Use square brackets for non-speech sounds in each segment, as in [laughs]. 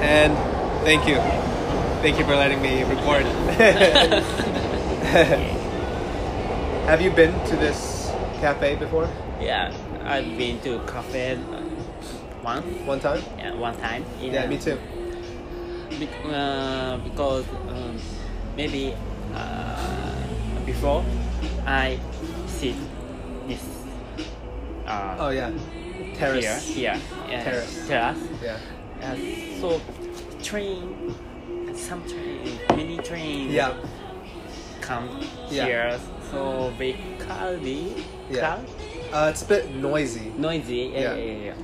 and thank you. Thank you for letting me record. [laughs] Have you been to this cafe before? Yeah, I've been to cafe uh, once, One time? yeah, one time. in- Yeah, me too. Be- uh, because um, maybe uh, before I sit this uh, Oh yeah, here, terrace. here, yeah, Terrace. terrace. Yeah. Uh, so train, some train, many train Yeah. come Yeah. here. So very cloudy, Yeah. cloud, Uh, it's a bit noisy noisy. Yeah. Yeah, yeah, yeah.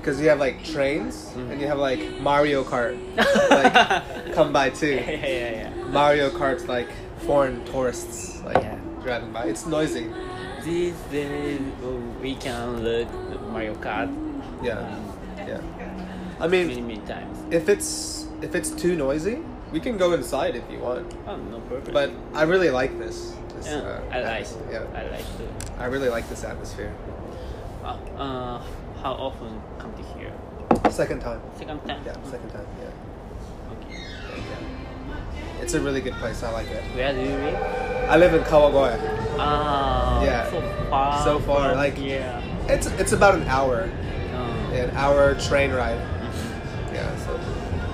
because you have like trains and you have like Mario Kart yeah. [laughs] like come by too. [laughs] yeah, yeah, yeah. Mario Kart's like foreign tourists like Yeah. driving by. It's noisy. These days uh, we can look Mario Kart Yeah. Yeah. I many mean, many times. if it's if it's too noisy, we can go inside if you want. Oh, no problem. But I really like this. this yeah, uh, I like, atmosphere. I Yeah. like too. I really like this atmosphere. Uh, uh, how often come to here? Second time. Second time. Yeah, second time. Yeah. Okay. yeah. It's a really good place. I like it. Where do you live? I live in Kawagoe. Ah, Yeah. so far. So far, from like- here. It's it's about an hour, Uh, an hour train ride. Um, Yeah. So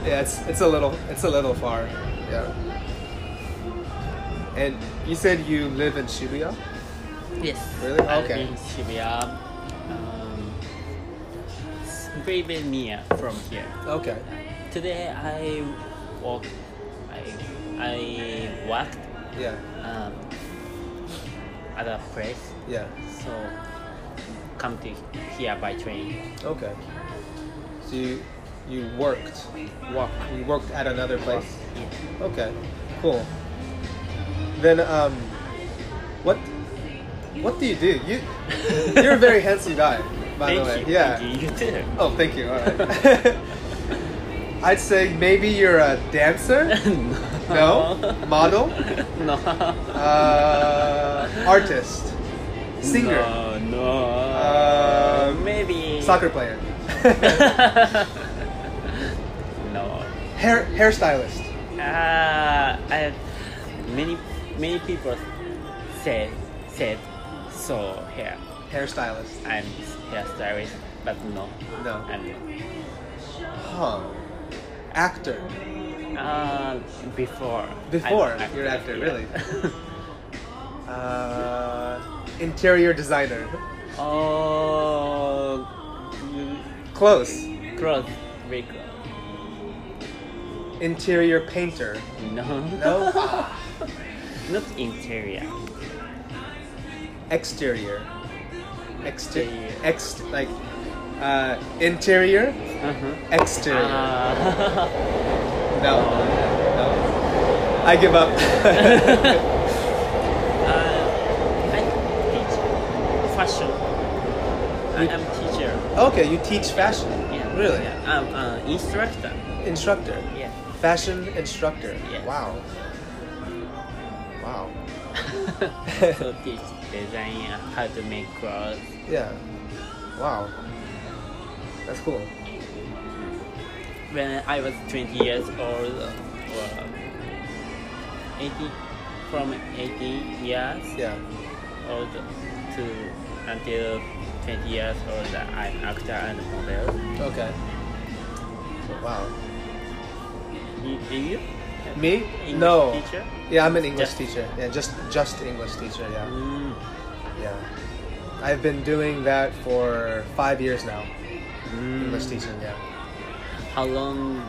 yeah, it's it's a little it's a little far. Yeah. And you said you live in Shibuya. Yes. Really? I live Okay. In Shibuya, um, it's very very near from here. Okay. Today I walk. I I walked Yeah. um, at a place, Yeah. so come to here by train. Okay. So you you worked Walk. you worked at another place. Yeah. Okay. Cool. Then um, what what do you do? You [laughs] you're a very handsome guy, by Thank the way. you. yeah. Thank you. You too. Oh, thank you. All right. [laughs] I'd say maybe you're a [laughs] dancer. [laughs] No. Uh-huh. Model. no. Uh, artist. Singer. No. no. Uh, Maybe. Soccer player. [laughs] [laughs] no. Hair hairstylist. Uh, I, many many people said said so here Hairstylist. I'm hairstylist, but no, No. I'm not. Huh. Actor. Uh, before. Before I'm you're actor, yeah. really? Uh, interior designer. [laughs] oh, mm, Close. close, very close. Interior painter. No, No. Ah. [laughs] not interior. Exterior. Exterior. Exterior. Ex like uh, interior. Uh-huh. Exterior. Uh, [laughs] No. No. I give [laughs] up. I teach fashion. I am teacher. okay, you teach fashion. Yeah. Really? Yeah. I'm uh, instructor. Instructor. Yeah. Fashion instructor. Yes. Wow. Wow. so teach design and how to make clothes. Yeah. Wow. That's cool. When I was 20 years old, uh, or 80, from 18 years Yeah. old to until 20 years old, I'm actor and model. Okay. Wow. You, you? Me? English no. teacher? Yeah, I'm an English Just- teacher. Yeah, just just English teacher. Yeah. Mm, Yeah. I've been doing that for five years now. mm. English teaching. Yeah. How long?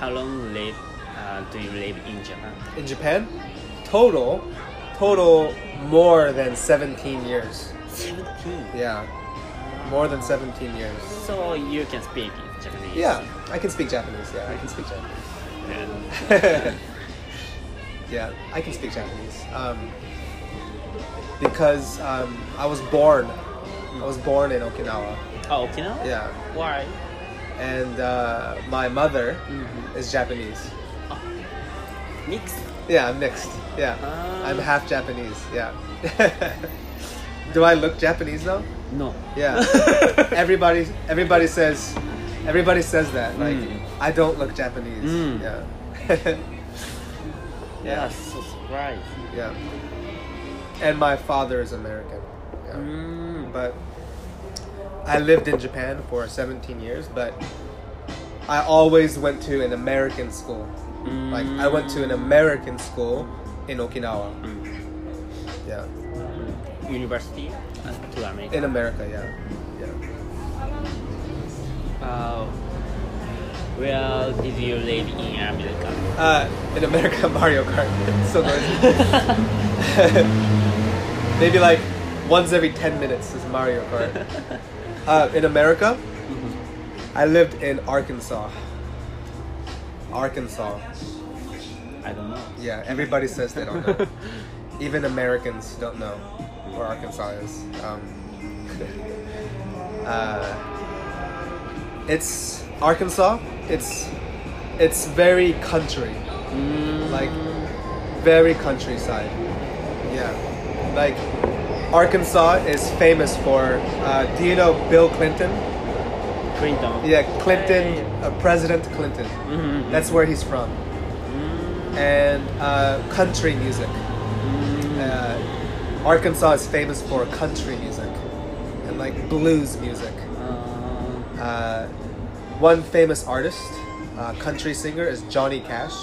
How long live? Uh, do you live in Japan? In Japan, total, total more than 17 years. Seventeen. Yeah. More than 17 years. So you can speak Japanese. Yeah, I can speak Japanese. Yeah, I can speak Japanese. And- [laughs] yeah, I can speak Japanese. Um, because um, I was born, I was born in Okinawa. oh, Okinawa. Yeah, Why? and uh, my mother Mhm. is Japanese. Oh. Mix. Yeah, I'm mixed. Yeah, Ah. I'm half Japanese. Yeah. [laughs] Do I look Japanese though? No. [laughs] Yeah. everybody, everybody says Everybody says that. Like, Mm. I don't look Japanese. Mm. Yeah. [laughs] Yeah, yeah. surprise. Yeah. And my father is American. Yeah. Mm. But I lived in Japan for 17 years, but I always went to an American school. Like I went to an American school in Okinawa. Mm. Yeah. university uh, to America. In America, yeah. Yeah. Uh, where did you live in America? Uh, in America [laughs] Mario Kart. It's [laughs] so noisy. [laughs] Maybe like once every 10 minutes is Mario Kart. Uh, in America, I lived in Arkansas. Arkansas. I don't know. Yeah, everybody says they don't [laughs] know. Even Americans don't know where Arkansas is. Um, [laughs] uh, it's Arkansas. It's it's very country, Mm. like very countryside. Yeah, like Arkansas is famous for. Uh, do you know Bill Clinton? Clinton. Yeah, Clinton, uh, President Clinton. Mhm. That's where he's from. And uh, country music. Mm-hmm. Uh, Arkansas is famous for country music and like blues music. Uh, Uh, one famous artist, uh, country singer, is Johnny Cash.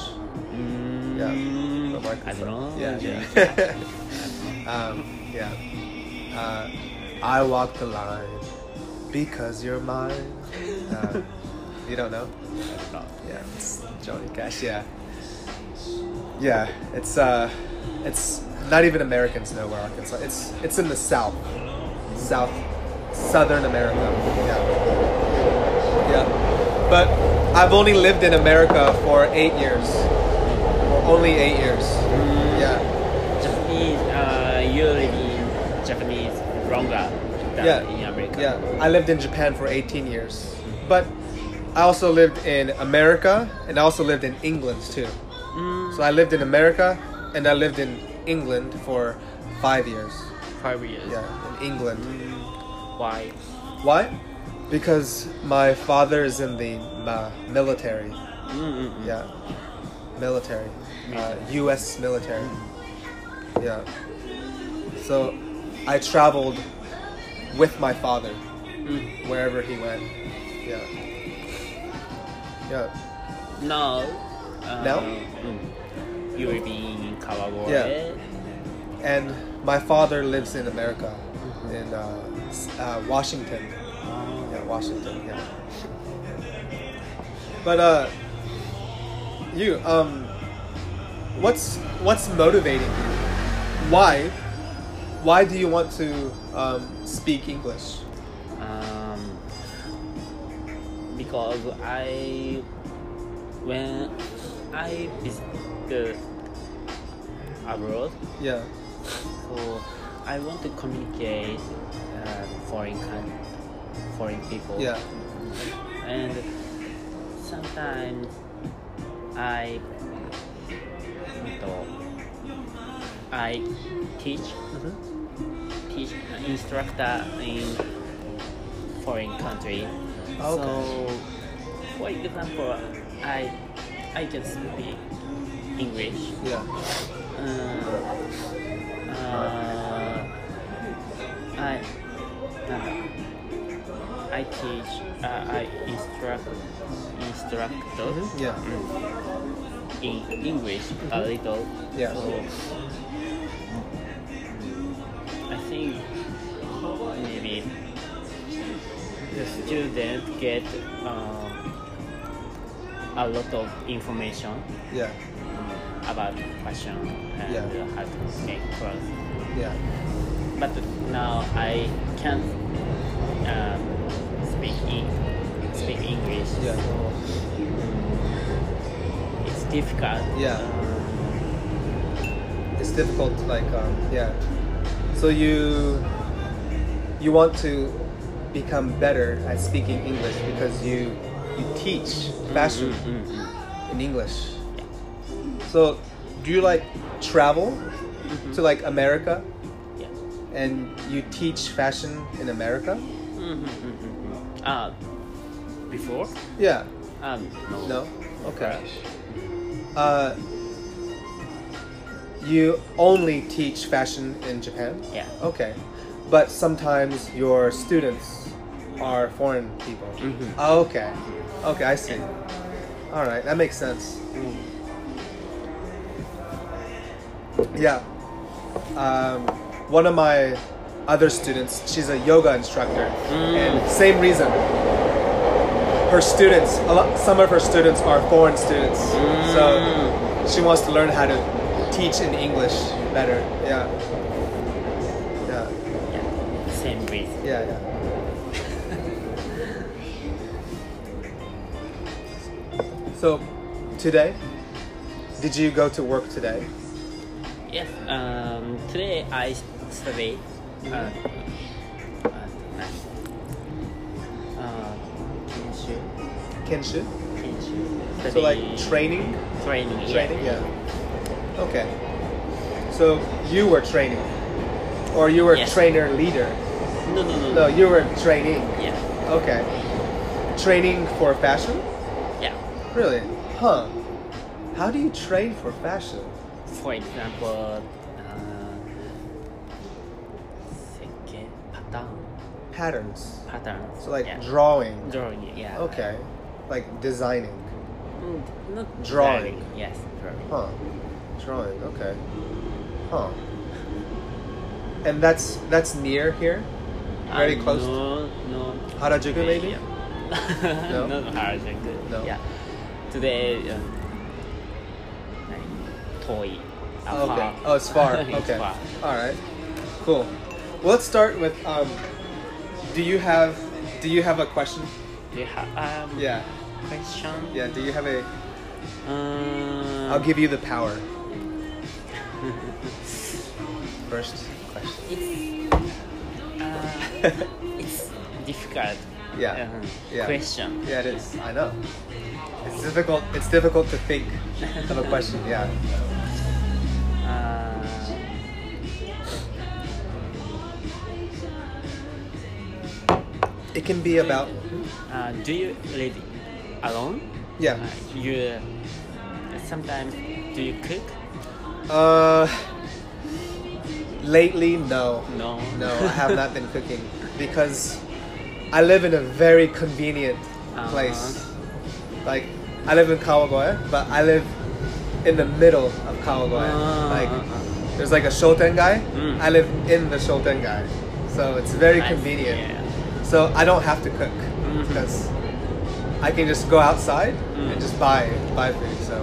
Yeah, mm, from Arkansas. I don't know. Yeah, Yeah. yeah. [laughs] um, yeah. Uh, I walk the line because you're mine. Uh, you don't know? Uh, No. Yeah, it's Johnny Cash. Yeah, yeah. It's uh, it's not even Americans know where Arkansas. It's it's in the South, South, Southern America. Yeah, yeah. But I've only lived in America for eight years. For only eight years. Yeah, Japanese. Uh, you live in Japanese longer than yeah. in America. Yeah, I lived in Japan for 18 years, but I also lived in America and I also lived in England too. Mm, So I lived in America and I lived in England for five years. five years. Yeah, in England. Why? Why? Because my father is in the uh, military. Mm-hmm. Yeah, military. Uh, U.S. military. Yeah. So I traveled with my father wherever he went. Yeah. Yeah. No. Uh, No? mm. You live in Kawagoe. Yeah. And my father lives in America, in uh, s- uh, Washington. Yeah, Washington. Yeah. But uh, you um, what's what's motivating you? Why, why do you want to um, speak English? um, because I when I visited abroad, Yeah. so I want to communicate uh, foreign coun- foreign people. Yeah. and sometimes I I teach Mm-hmm. teach instructor in foreign country. So, Okay. for example, I I can speak English. Yeah. Uh, uh, I uh, I teach. Uh, I instruct instructor Mhm, yeah. mm, in English a little. Yeah. So, I think maybe the student get um, a lot of information Yeah. about fashion and Yeah. how to make clothes. Yeah. But now I can't um, speak in, speak English, Yeah. so it's difficult. Yeah. it's difficult like um, yeah so you you want to become better at speaking english because you you teach fashion Mm-hmm. in english so do you like travel to like america Yeah. and you teach fashion in america Mm-hmm. Uh, before? Yeah. Um, no. No. Okay. Crash. Uh, you only teach fashion in Japan? Yeah. Okay. But sometimes your students are foreign people. Mhm. Oh, okay. Okay, I see. All right, that makes sense. Yeah. Um, one of my other students, she's a yoga instructor, and same reason. Her students, a lot, some of her students are foreign students, so she wants to learn how to teach in English better. Yeah. Yeah. Yeah. Same reason. Yeah, yeah. so, today, did you go to work today? Yes. Um, today I study. Uh, uh, Mm-hmm. uh, Kinshu. Kinship? Kinshu. So, like Study training? Training. Yeah. Training, yeah. Okay. So, you were training, or you were Yes. trainer leader? No, no, no. No, you were training. Yeah. Okay. Training for fashion? Yeah. Really? Huh. How do you train for fashion? For example, uh, second pattern. Patterns. Patterns. So, like yeah. drawing. drawing. Yeah. Okay, like designing. Mm, Not Drawing. Yes, drawing. Huh. Drawing. Okay. Huh. And that's that's near here. Very Uh, close No, no. Harajuku maybe? Yeah. [laughs] No? no? Not Harajuku. No. Yeah. Today, um, like, toy. uh, Oh, okay. far. Oh, it's far. [laughs] It's Okay. far. All right. Cool. Well, let's start with um. Do you have Do you have a question? Do you have um, Yeah. question? Yeah. Do you have a? Um, I'll give you the power. First question. [laughs] It's, uh, it's difficult. Yeah. uh, Yeah. Question. Yeah, it is. I know. It's difficult. It's difficult to think of a question. Yeah. Uh, It can be about. uh, do you live alone? Yeah. Uh, you uh, sometimes do you cook? Uh, lately, no. No. No, I have not been [laughs] cooking because I live in a very convenient Uh-huh. place. Like, I live in Kawagoe, but I live in the middle of Kawagoe. Ah. Like, there's like a Shotengai. Mm. I live in the Shotengai. So it's very I see, convenient. yeah. So I don't have to cook Mhm. because I can just go outside Mm. and just buy buy food. So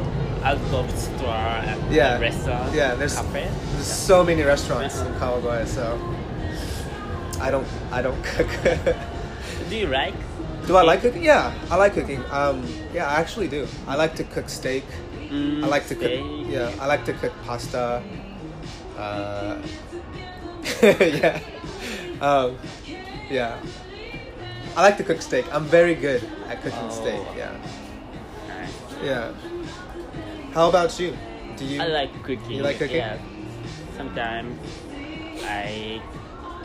Out of store, at Yeah. the restaurant, Yeah, there's- cafe. There's so many restaurants in Uh-huh. Kawagoe, so I don't I don't [laughs] cook. Do you like? do I like cooking? Yeah, I like cooking. Um, yeah, I actually do. I like to cook steak. Mm, I like to cook. steak? Yeah, I like to cook pasta. Uh, [laughs] yeah, um, yeah. I like to cook steak. I'm very good at cooking steak. Oh. Yeah, Nice. yeah. How about you? Do you? I like cooking. You like cooking? Yeah. Sometimes I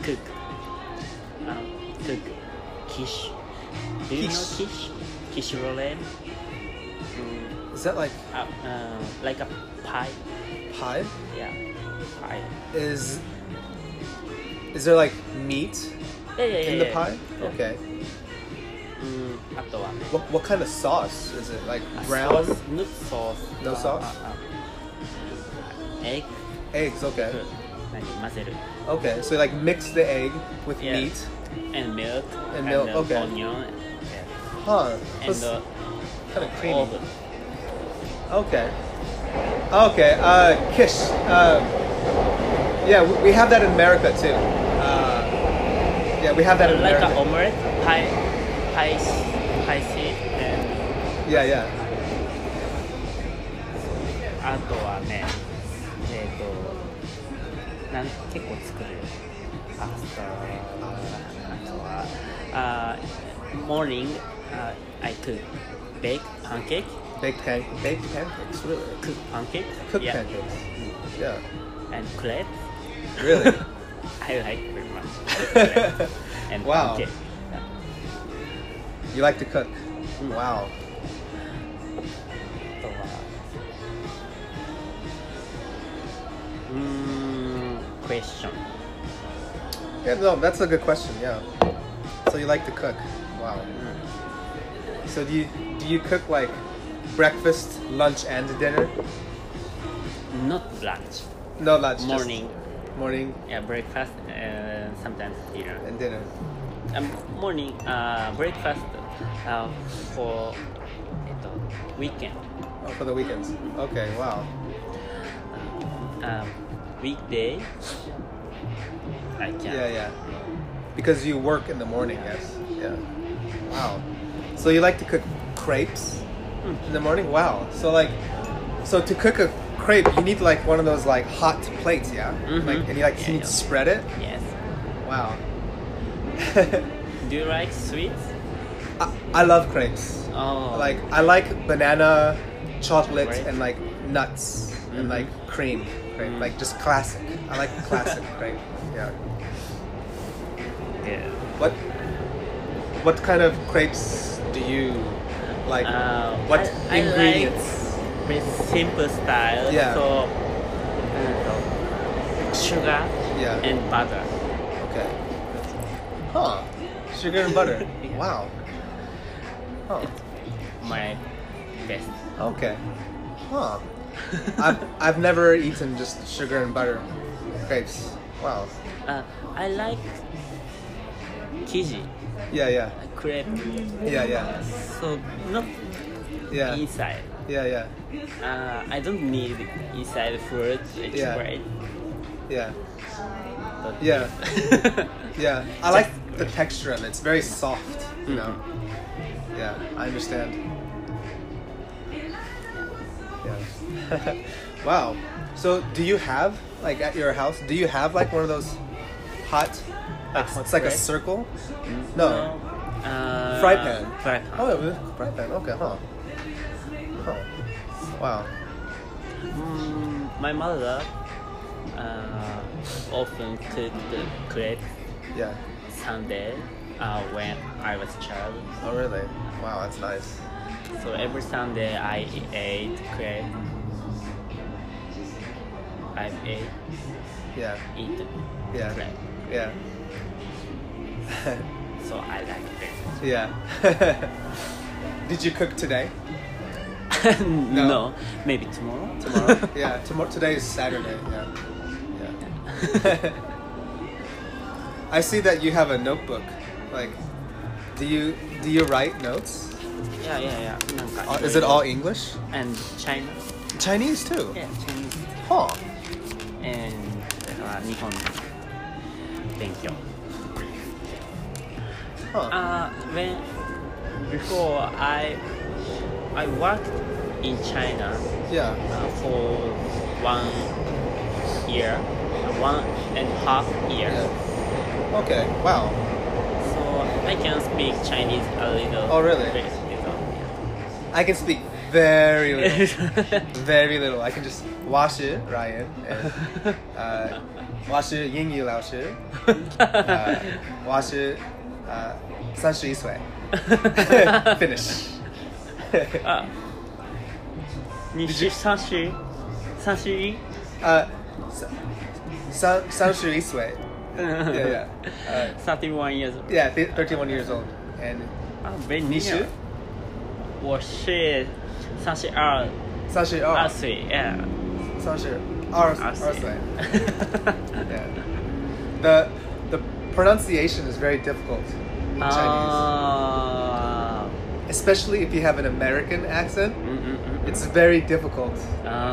cook. Um, cook quiche. Do you know Quiche. quiche? Quiche roulette. Mm, Is that like uh, uh, like a pie. pie? Yeah. Pie. is is there like meat Yeah, yeah, yeah, in the yeah. pie? Yeah. Mm, Okay. うん、あとはね What, what kind of sauce is it? Like あ brown ソースヌソース No あ sauce? ああエッグ eggs? Okay. 何混ぜる Okay. So like mix the egg with Yeah. meat. and milk And milk, uh, okay. onion Huh. and uh, kind of creamy. oven Okay. Okay. Uh, kish. Uh, yeah, we, we have that in America too. Uh, yeah, we have that in like America. an omelette pie pie pie seed and yeah, yeah. あとはねえっ、となん結構作るよパスタあとはあ Uh, morning、uh, I cook bake pancake Baked pan, baked pancakes, really. [laughs] cook pancake Cooked yeah. pancakes. Yeah. and crepe Really. I like very [laughs] much crepe and Wow. pancake you like to cook. Wow. あとはうーんクエスチョン Yeah, no, that's a good question. Yeah. So you like to cook? Wow. So do you do you cook like breakfast, lunch, and dinner? not lunch No lunch. just morning morning yeah breakfast uh, sometimes dinner and dinner. um, morning uh, breakfast uh, for えっと weekend Oh, for the weekends. Okay. Wow. um, weekday I can Yeah, yeah. Because you work in the morning, yes. Yeah. Wow. So you like to cook crepes in the morning? Wow. So like, so to cook a crepe, you need like one of those like hot plates, yeah. Mhm. Like, and you like Yeah, you need to yeah. spread it. yes Wow. [laughs] do you like sweets I, I love crepes. oh Like I like banana, chocolate, Right. Mm-hmm. and like nuts and Mhm. like cream. Crepe. Like just classic. I like classic [laughs] crepe. Yeah. yeah. What what kind of crepes do you like? Uh, what I, ingredients? I like with simple style. Yeah. So, uh, sugar Yeah. and butter. okay. Huh. Sugar and butter. [laughs] Yeah. Wow. Huh. My best. Okay. Huh. [laughs] I've I've never eaten just sugar and butter crepes. Wow. Uh, I like kiji, Yeah, yeah. uh, crepe. Yeah, yeah. So not Yeah. inside. Yeah, yeah. Uh, I don't need inside food. It's Yeah. great. Yeah. But [laughs] Yeah. Yeah. I Just like the great. texture of it. It's very soft, you know. Mhm. Yeah, I understand. Yeah. [laughs] wow. So, do you have like at your house? Do you have like one of those hot? Like, Ah, it's like a right. circle. No. Uh, Fry pan. Fry pan. Oh, it was fry pan. Okay, huh? Huh. Wow. Mm, my mother uh, often cooked the crepe Yeah. Sunday uh, when I was child. Oh, really? Wow, that's nice. So every Sunday I ate crepe. I ate Yeah. eat Yeah. crepe. Yeah. So I like crepe. yeah. [laughs] Did you cook today? [laughs] no. maybe tomorrow. [laughs] Tomorrow? [laughs] yeah. Tomorrow. Today is Saturday. Yeah. Yeah. [laughs] I see that you have a notebook. Like, do you do you write notes? yeah, yeah, yeah. Uh, なんか Is it all English? And China. Chinese too. Yeah, Chinese. Huh. and uh, だから日本の勉強。 Huh. Uh, when before I I worked in China yeah. uh, for one year, uh, one and a half year, Yeah. Okay. Wow. so I can speak Chinese a little. Oh, really? Very little. I can speak very [laughs] little. yeah. very little. I can just wash it, Ryan, and uh, wash it, Ying Yu Lao Shi, uh, wash it, uh, San Shui Sui. [laughs] Finish. あ、二十三十三十一。 uh, San, San Shui Sui. [laughs] Yeah, yeah. Thirty one years. old. Yeah, th- 31 years old. And Ah, very Nishu? near. 我是三十二 Sashi, 二 oh, 岁，哎， Sashi, 二岁 [laughs] Arsai.。Yeah. The, the pronunciation is very difficult in Ah. Chinese. 啊， Especially if you have an American accent, 嗯嗯嗯 it's very difficult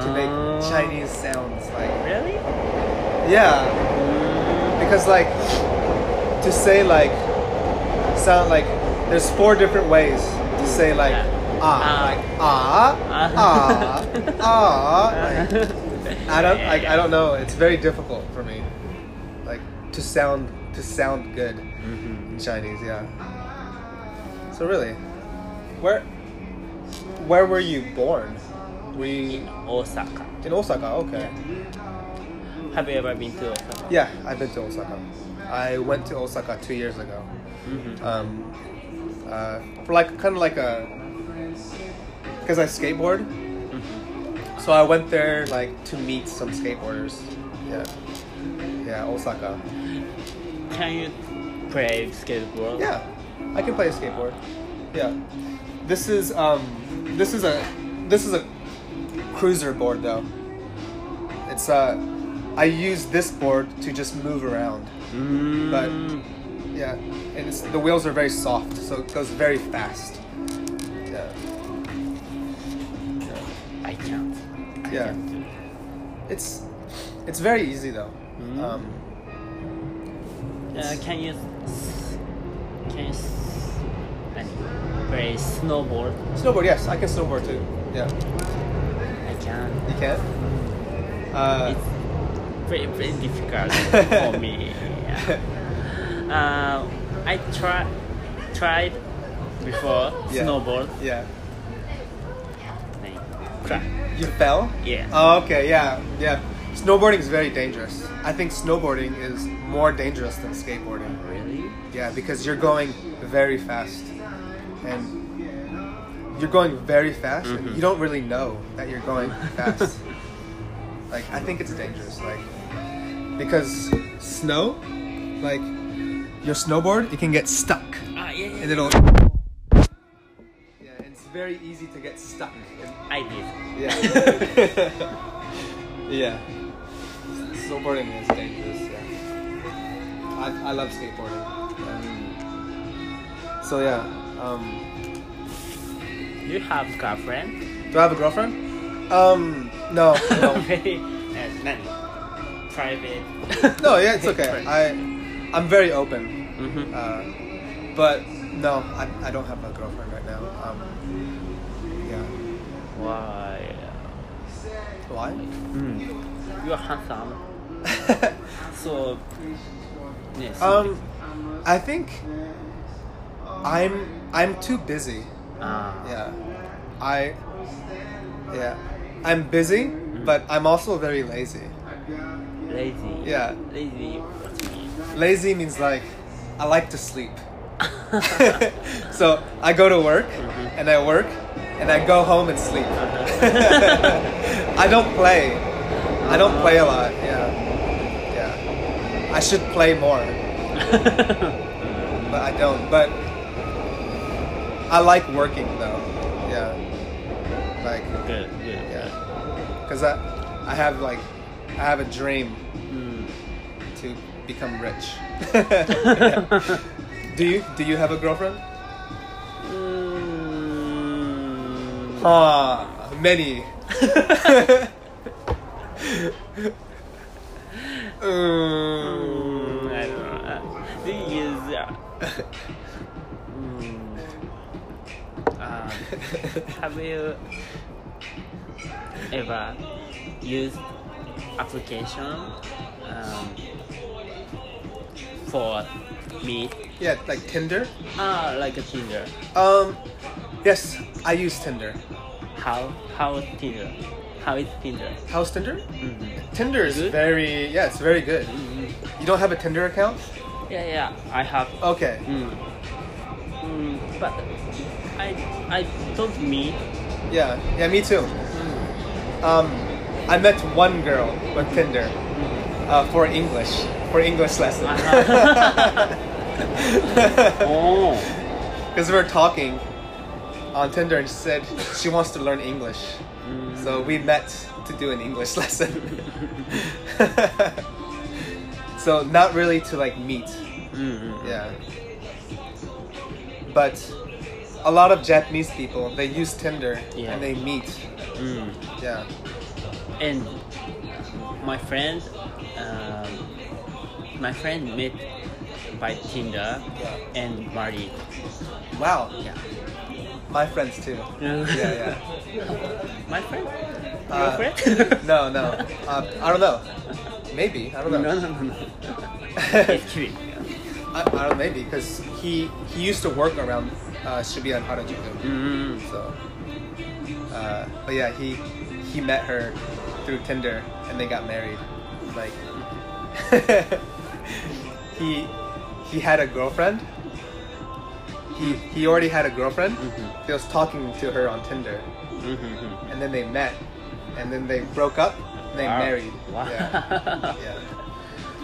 to make Oh. Chinese sounds. Like, ，really？ yeah, because like, to say like, sound like, there's four different ways to say like, Yeah. Ah. ah, like, ah, [laughs] ah, Ah. ah, like, [laughs] I don't Yeah, like yeah, I don't know. It's very difficult for me, like to sound to sound good Mm-hmm. in Chinese. Yeah. So really, where where were you born? Were you Osaka. in Osaka? Okay. Have you ever been to Osaka? Yeah, Mm-hmm. I've been to Osaka. I went to Osaka two years ago. Mhm. Um, uh, for like kind of like a because I skateboard. So I went there like to meet some skateboarders. Yeah, yeah, Osaka. Can you play skateboard? Yeah, I can play a skateboard. Yeah, this is um, this is a this is a cruiser board though. It's uh, I use this board to just move around. Mm, But- Yeah, and it's, the wheels are very soft, so it goes very fast. Yeah, I can't. I Yeah. can't do it. it's it's very easy though. Mm-hmm. Um, Uh, can you can you s- any play snowboard? snowboard, yes, I can snowboard too. Yeah, I can. you can. Mm-hmm. Uh, it's pretty, pretty difficult for [laughs] me. yeah. Uh, I try, tried before Yeah. snowboard. yeah, Like, crack. you fell. Yeah. Oh, okay, yeah, yeah. Snowboarding is very dangerous. I think snowboarding is more dangerous than skateboarding. Really? Yeah, because you're going very fast, and you're going very fast, and you don't really know that you're going fast. like I think it's dangerous, like because snow, like your snowboard, it can get stuck, Ah, yeah, yeah. and it'll. Yeah, it's very easy to get stuck. And, I did. yeah. [laughs] yeah. Snowboarding is dangerous. Yeah. I, I love skateboarding. So yeah. Um, You have girlfriend? do I have a girlfriend? Um, no, [laughs] [laughs] no, [laughs] Very, uh, none. Private. no. Yeah, it's okay. Right. I, I'm very open. Mhm. Uh, but no, I, I don't have a girlfriend right now. Um, yeah. Why? Why? [laughs] Mm. You're handsome. So. Yes. um, I think I'm I'm too busy. Ah. Yeah. I Yeah. I'm busy, but I'm also very lazy. Lazy. Yeah. [laughs] Lazy. [laughs] What do you mean? Lazy means like I like to sleep. [laughs] so I go to work and I work and I go home and sleep. [laughs] I don't play. I don't play a lot. Yeah. Yeah. I should play more, but I don't. But I like working though. Yeah. Like good. Good. [laughs] Yeah. Because I, I have like, I have a dream to become rich. [laughs] Yeah. Do you do you have a girlfriend? [laughs] Mm, Ah, many. Mm. I don't know. Uh, do you use uh, mm, uh, have you ever used application um, for meet? yeah, like Tinder. Ah, like a Tinder. Um, yes, I use Tinder. How how Tinder? How is Tinder? How's Tinder? Mhm. Tinder is Good? very yeah, it's very good. Mhm. You don't have a Tinder account? Yeah, yeah. I have Okay. Mm. Mm, but I I don't meet. Yeah, yeah, me too. Um, I met one girl on Tinder Mm-hmm. uh, for English, for English lesson. [laughs] Oh. Because we were talking on Tinder and she said she wants to learn English. So we met to do an English [laughs] lesson. so not really to like meet, Mm-hmm. yeah. But a lot of Japanese people they use Tinder Yeah. and they meet. Yeah. Mm. And my friend, um, my friend met by Tinder Yeah. and married. Wow. Yeah. My friends too. Yeah, My friend? yeah. [laughs] Your Uh, friend? [laughs] no, no. Uh, I don't know. Maybe I don't know. [laughs] No, no, [laughs] no, no. It's kidding. I, I don't maybe because he he used to work around uh, Shibuya and Harajuku. Mm. So, uh, but yeah, he he met her through Tinder and they got married. Like, [laughs] he he had a girlfriend. he he already had a girlfriend. Mhm. He was talking to her on Tinder, Mm-hmm. and then they met, and then they broke up. And they Wow. married. Wow. [laughs] Yeah. [laughs]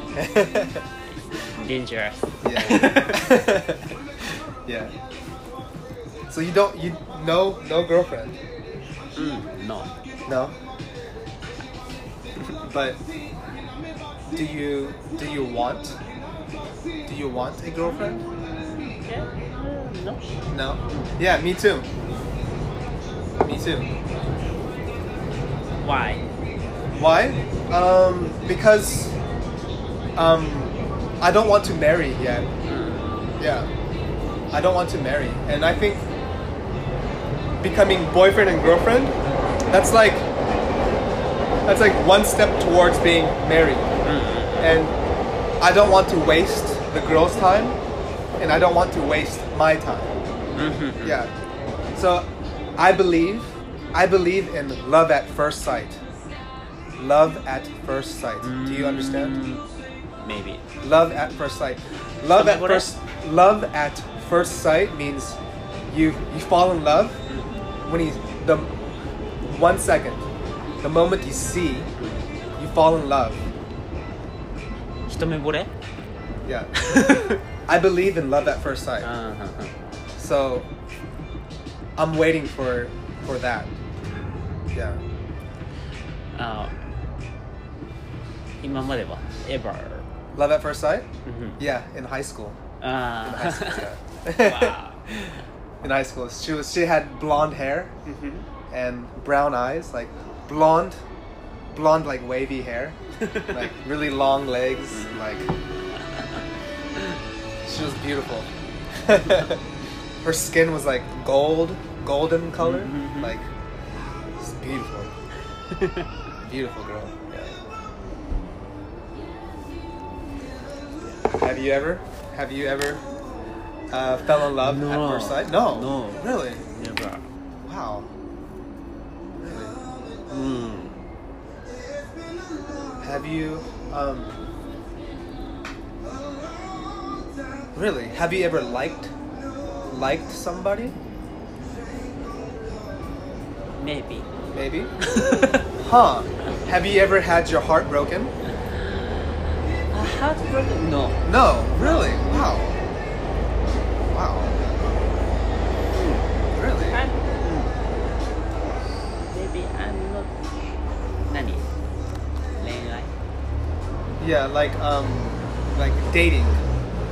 Yeah. Dangerous. yeah. yeah. So you don't you no no girlfriend. [laughs] Mm, no. No. but do you do you want do you want a girlfriend? Uh, No. No. Yeah, me too. Me too. Why? Why? Um, because um, I don't want to marry yet. Yeah, I don't want to marry, and I think becoming boyfriend and girlfriend, that's like that's like one step towards being married, and I don't want to waste the girl's time, and I don't want to waste my time. Mm-hmm. Yeah. So I believe I believe in love at first sight. Love at first sight. Do you understand? Maybe. Love at first sight. Love at What I- first love at first sight means you you fall in love when you the one second. The moment you see, you fall in love. 一目惚 [laughs] れ Yeah. I believe in love at first sight. うんうんうん So I'm waiting for for that. Yeah. あ今までは ever Love at first sight? うん Yeah, in high school. In high あ school, あ yeah. in high school, she was she had blonde hair and brown eyes, like blonde, blonde like wavy [laughs] hair, like really long legs, like she was beautiful. [laughs] Her skin was like gold, golden color, Mhm. like it's beautiful, [laughs] beautiful girl. Yeah. Have you ever? Have you ever? Uh, fell in love at No. first sight? No. No. Really? never Wow. Really? うん [laughs] Have you, um, really? Have you ever liked, liked somebody? maybe Maybe. huh? Have you ever had your heart broken? a heartbroken no No. Really? Wow. Wow. Hmm, Really? I'm maybe I'm not 何恋愛 Yeah, like um, like dating,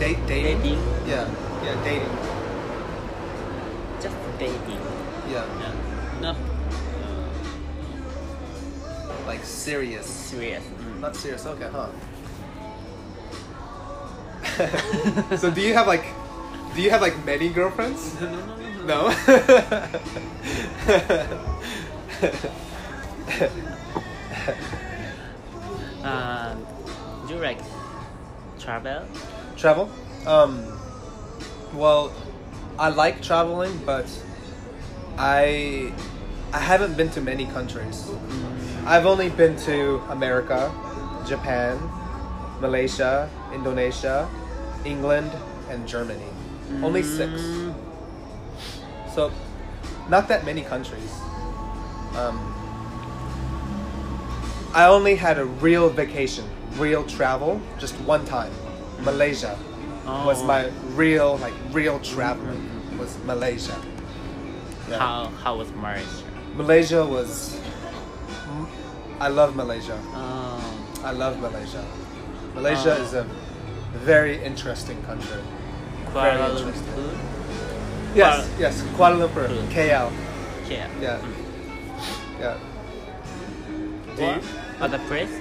date dating. dating Yeah, yeah, dating. just dating Yeah, not like serious. serious Not serious. Okay, [laughs] huh? so do you have like, do you have like many girlfriends? no no no no No. Um, do you like travel? [laughs] Travel? Um. Well, I like traveling, but I I haven't been to many countries. I've only been to America, Japan, Malaysia, Indonesia, England, and Germany. Only six. Mm, So, not that many countries. Um, I only had a real vacation, real travel, just one time. Malaysia was Mm. Oh. my real, like, real traveling was Malaysia. Yeah. How how was marriage? Malaysia was. mm, I love Malaysia. Um, I love Malaysia. Malaysia Oh. is a very interesting country. Very Kuala interesting. Lumpur. Yes, yes, Kuala Lumpur, Mm. KL. Yeah. Yeah. Yeah. Do Mm. What you- other place?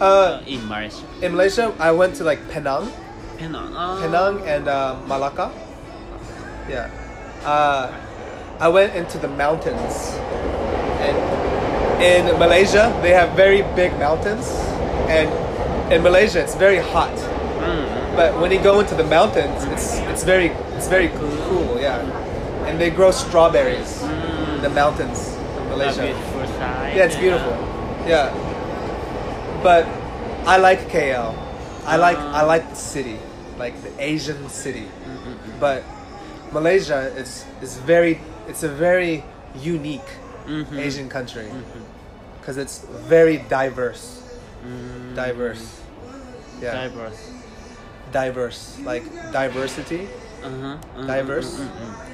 Uh, Uh, in Malaysia. in Malaysia, I went to like Penang, Penang. Oh. Penang and uh, Malacca. Yeah, uh, I went into the mountains, and in Malaysia they have very big mountains, and in Malaysia it's very hot. Mm. But when you go into the mountains, it's it's very it's very cool. Yeah, and they grow strawberries in the mountains in Malaysia. A beautiful side. Yeah, it's beautiful. Yeah. But I like KL. I like I like the city, like the Asian city. But Malaysia is is very it's a very unique Mhm. Asian country because it's very diverse. Diverse. Yeah. Diverse. diverse. Like diversity. [laughs] Uh-huh. uh-huh, Diverse. uh-huh, uh-huh,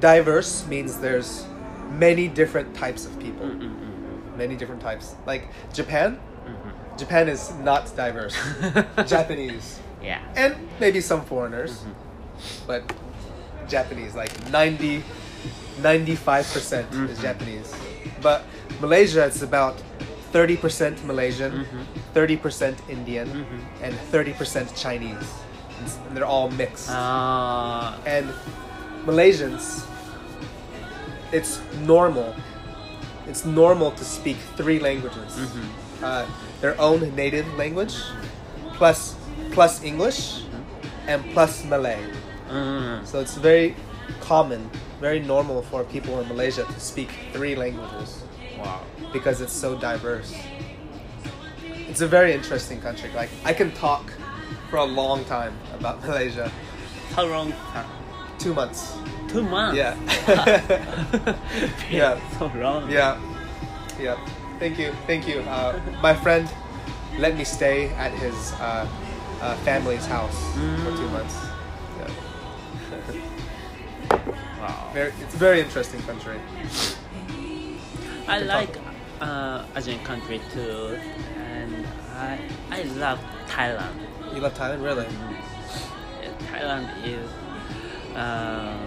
Diverse means there's many different types of people. uh-huh, uh-huh, Many different types. Like Japan, uh-huh. Japan is not diverse. Japanese. [laughs] Yeah. And maybe some foreigners. But Japanese, like 90, 95% percent is Japanese. But Malaysia, it's about 30% Malaysian, 30% Indian, and 30% Chinese. It's- And they're all mixed. Uh, and Malaysians, it's normal. It's normal to speak three languages: uh, their own native language, plus plus English, and plus Malay. mm, So it's very common, very normal for people in Malaysia to speak three languages wow. because it's so diverse. It's a very interesting country. Like I can talk for a long time about [laughs] Malaysia. How long? time? Two months. Two months. [laughs] Yeah. Yeah. So long. [laughs] Yeah, yeah. Thank you, thank you. Uh, my friend let me stay at his uh, uh, family's house for two months. Yeah. Wow. Very, it's a very interesting country. I Good like uh, Asian country too, and I I love Thailand. You love Thailand, really? Uh, Thailand is uh,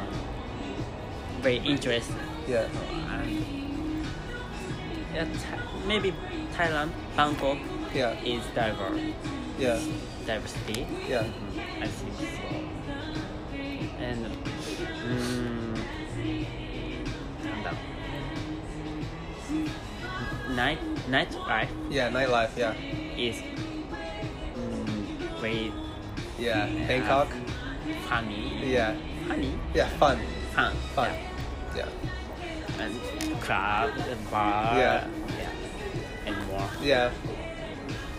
very interesting. Yeah. And yeah, uh, Tha- maybe Thailand, Bangkok Yeah. is diverse, Yeah. diversity. Yeah. I think so. And mm, and, uh, night night life Yeah. Nightlife. Yeah. is mm, very Yeah. Bangkok. funny, Yeah. funny, Yeah. Fun. fun, Fun. Yeah. yeah. and club, and bar, Yeah. yeah, and more. Yeah.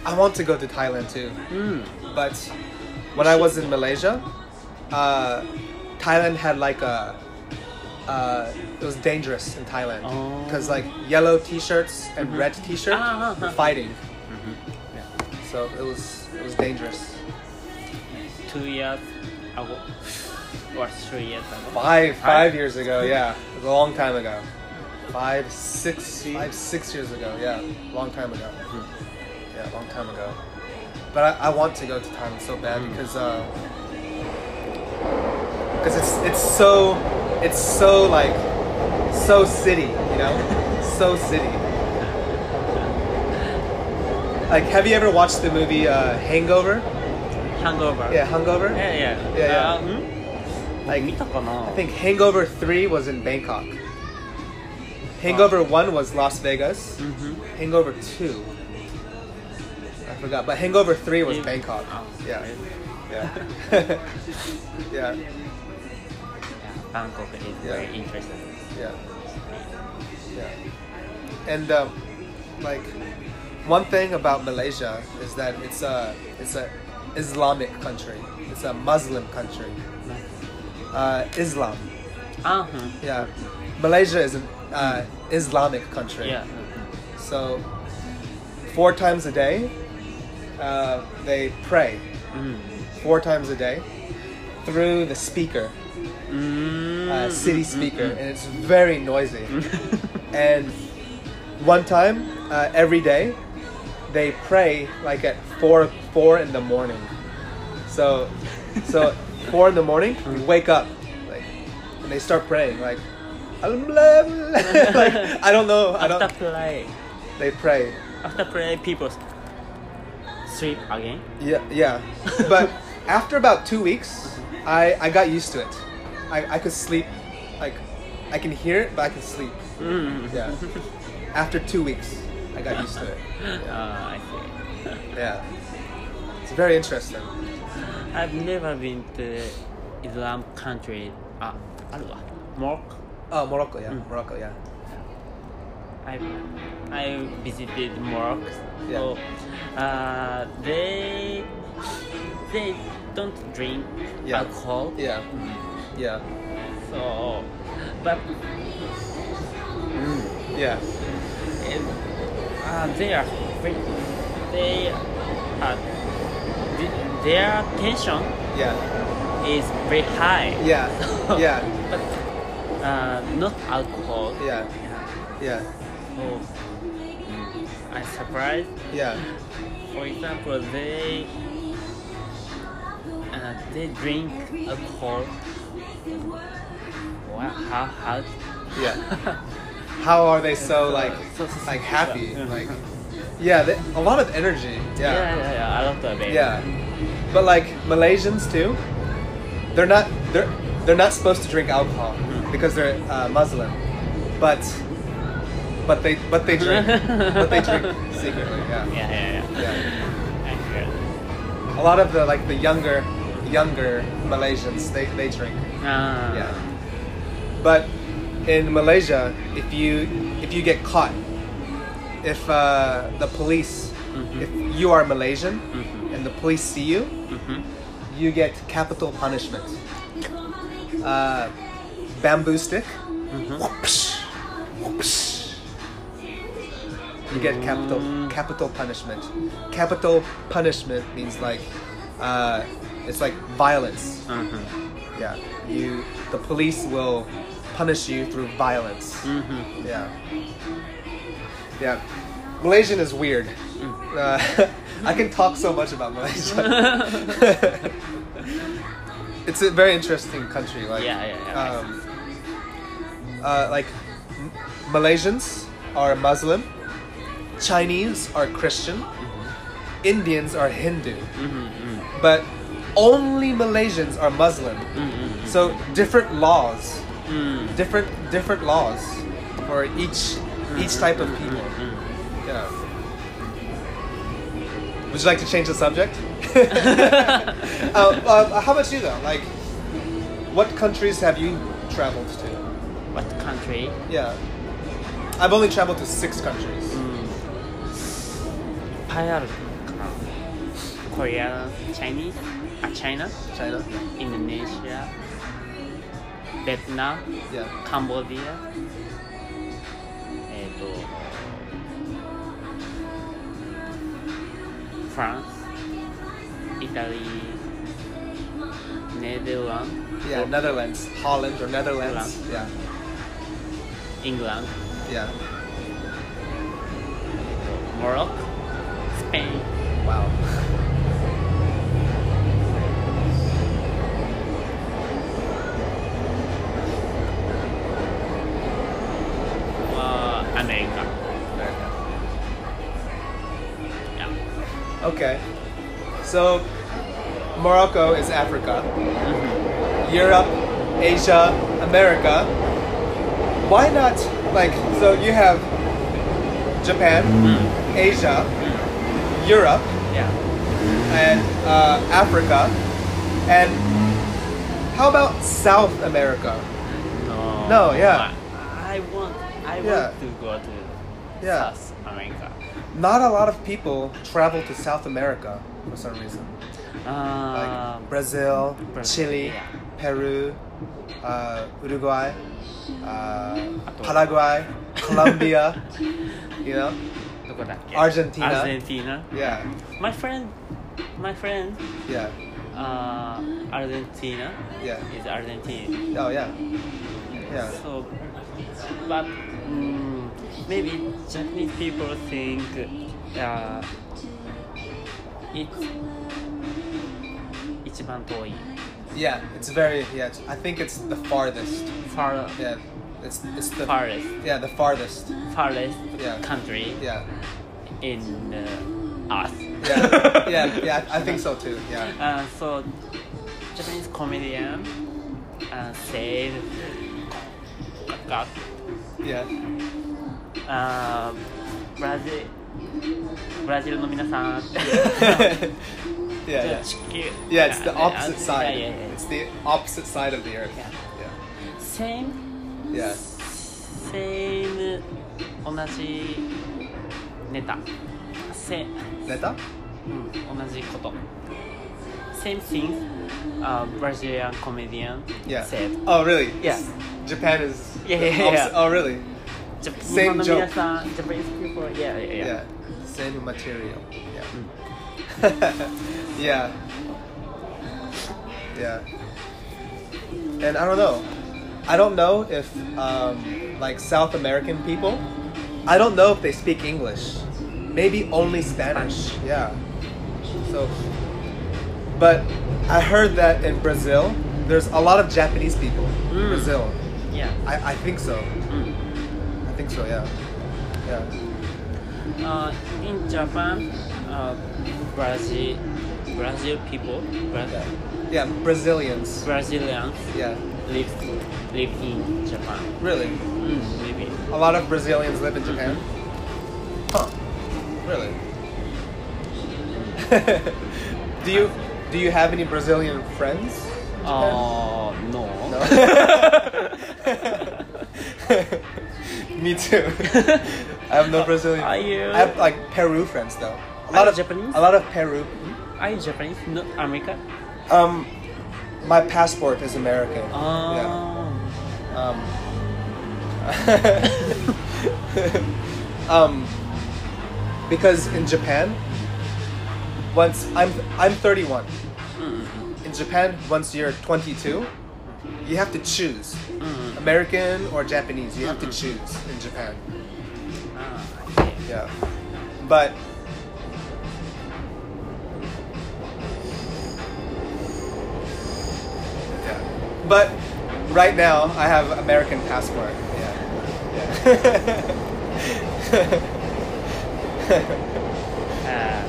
I want to go to Thailand too. Mm. but when I was in Malaysia, uh, Thailand had like a. Uh, it was dangerous in Thailand Oh. because like yellow T-shirts and red T-shirts Ah, ah, ah. were fighting, Yeah. so it was it was dangerous. Two years ago, [laughs] or three years ago. Five Five? five years ago, yeah, it was a long time ago. Five six five six years ago, yeah, long time ago. Yeah, long time ago. But I, I want to go to Thailand so bad because uh, because it's it's so it's so like so city, you [laughs] know, so city. Like, have you ever watched the movie uh, Hangover? Hangover. Yeah, Hangover. Yeah, Yeah, yeah. yeah. Hmm? Uh, mm? Like, 見たかな I think Hangover 3 was in Bangkok. Hangover 1 was Las Vegas. Hangover 2. I forgot, but Hangover 3 was Mm. Bangkok. Oh, [laughs] Yeah. really? Yeah. yeah. Yeah, Bangkok is Yeah. very interesting. Yeah. Yeah. And um, like one thing about Malaysia is that it's a it's a Islamic country. It's a Muslim country. Uh, Islam. Uh huh. Yeah, Malaysia is an uh, Islamic country. Yeah. So four times a day, uh, they pray Mm. four times a day through the speaker, Mm. uh, city speaker, and it's very noisy. Mm-hmm. and one time uh, every day, they pray like at four four in the morning. So so four in the morning, we wake up, like, and they start praying like. [laughs] like, I don't know. [laughs] I don't. After play, They pray. after play, people sleep again. Yeah, yeah. But after about two weeks, I, I got used to it. I, I could sleep, like, I can hear it, but I can sleep. Mm. Yeah. After two weeks, I got used to it. [laughs] Uh, I see. Yeah. It's very interesting. I've never been to Islam country. Ah, uh, Morocco. Oh, Morocco, yeah. Mm. Morocco, yeah. I I visited Morocco. Yeah. So, uh, they they don't drink Yeah. alcohol. Mm. Yeah. Yeah. So, but Yeah. and, um, uh, they are very- they are th- their tension Yeah. is very high. [laughs] Yeah. Yeah. but uh, not alcohol. Yeah. Yeah. So I'm surprised. Yeah. For example, they uh, they drink alcohol. Wow, how [laughs] how? Yeah. How are they so uh, like so- so- so- like happy? yeah. Like yeah, they, a lot of energy. yeah, yeah, Yeah. yeah, I love that baby. Yeah. But like Malaysians too, they're not they're they're not supposed to drink alcohol because they're uh, Muslim, but but they but they drink but they drink secretly. Yeah. yeah, yeah, yeah. Yeah. I hear. A lot of the like the younger younger Malaysians they they drink. Ah, Yeah. But in Malaysia, if you if you get caught, if uh, the police, Mhm. if you are Malaysian Mhm. and the police see you, Mhm. you get capital punishment. Uh, bamboo stick. Whoopsh, whoopsh. You get capital capital punishment. Capital punishment means like uh, it's like violence. Mhm. Yeah, you. The police will punish you through violence. Mhm. Yeah. Yeah. Malaysian is weird. Mm. Uh, [laughs] I can talk so much about [laughs] Malaysia. it's a very interesting country. Like, Yeah, yeah, yeah, I Um, uh, like, M- Malaysians are Muslim, Chinese are Christian, Indians are Hindu, but only Malaysians are Muslim. So different laws Mm. different different laws for each each type of people. Yeah. Would you like to change the subject? uh, uh, how about you though? Like, what countries have you traveled to? What country? Yeah, I've only traveled to six countries. Payar. Korea, Chinese, uh, China, China. Indonesia, Vietnam, Yeah. Cambodia. Eh, えっと、フランス、イタリー、ネデラン Yeah. Netherlands, Holland or Netherlands. Yeah. ド、イングランド、 Yeah. モロッコ、スペイン。 Wow. uh, America. Yeah. Okay. So, Morocco is Africa. Europe, Asia, America. Why not like so you have Japan, Asia, Europe, Yeah. and uh, Africa, and how about South America? No. No, yeah. I, I want. I Yeah. want to go to Yeah. South America. Not a lot of people travel to South America for some reason. Like Um, Brazil, Brazil, Chile, yeah. Peru, uh, Uruguay, uh, Ato- [laughs] Paraguay, Colombia, you know? どこだっけ Argentina. アルゼンティーナ。 Yeah, My friend, my friend, yeah, uh, Argentina yeah. is Argentine. Oh, yeah. Yeah. So, but mm, maybe Japanese people think uh, it's 一番遠い。 Yeah, it's very, yeah, it's- I think it's the farthest. far Yeah, it's, it's the farthest Yeah, the farthest. farthest Yeah. country Yeah. in uh, us. [laughs] Yeah, yeah, yeah, I think so too. Yeah. Uh, so Japanese comedian uh, said got [laughs] Yeah. uh, Brazil Brazil の皆さ [laughs] ん yeah, [laughs] yeah. 地球 Yeah, it's the uh, opposite uh, side. yeah, yeah, yeah. It's the opposite side of the earth. Yeah. Yeah. same Yeah. same 同じネタ same Neta? うん、同じこと。 same thing. Uh, Brazilian comedian Yeah. said. Oh, really? Yeah. Japan is. Yeah, yeah, the opposite- yeah. Oh, really? Jap- Same Japanese joke. people- Japanese people, yeah, yeah, yeah. Yeah. Same material. Yeah. [laughs] yeah. Yeah. And I don't know. I don't know if um, like South American people. I don't know if they speak English. Maybe only Spanish. Yeah. So. But I heard that in Brazil, there's a lot of Japanese people. in Mm. Brazil. Yeah. I, I think so. Mm. I think so. Yeah. Yeah. Uh, in Japan, uh, Brazil, Brazil people, Bra- Yeah. Yeah. Brazilians. Brazilians Yeah. live live in Japan. Really? Mm, maybe. A lot of Brazilians live in Japan? Huh. Really? [laughs] do you do you have any Brazilian friends? in Japan? Uh, no. no. [laughs] Me too. [laughs] I have no Brazilian. Are you- I have like Peru friends though. A lot you of Japanese? A lot of Peru. [laughs] Are you Japanese? Not America? Um, my passport is American. Oh. Yeah. Um, [laughs] um, because in Japan, once I'm I'm 31. In Japan, once you're 22, you have to choose American or Japanese. You have to choose in Japan. Ah, okay. Yeah, but yeah, but right now I have American passport. [laughs] Yeah. Uh,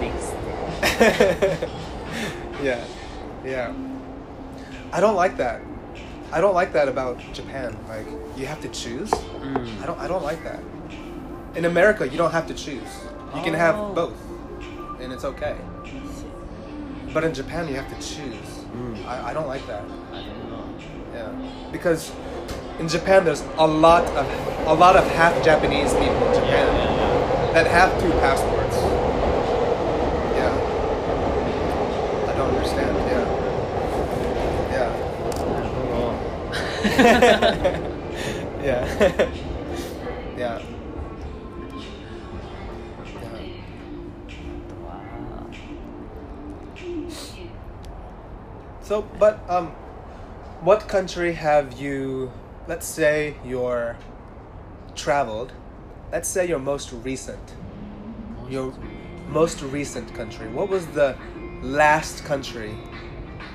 next. Yeah. [laughs] yeah. Yeah. I don't like that. I don't like that about Japan. Like you have to choose. Mm. I don't. I don't like that. In America, you don't have to choose. You can have Oh. both, and it's okay. But in Japan, you have to choose. Mm. I, I don't like that. I don't know. Yeah, because in Japan, there's a lot of a lot of half Japanese people in Japan Yeah, yeah, that have two passports. Yeah, I don't understand. Yeah, yeah. yeah. yeah. yeah. Wow. So, but um, what country have you? Let's say you're traveled. Let's say your most recent, your most recent country. What was the last country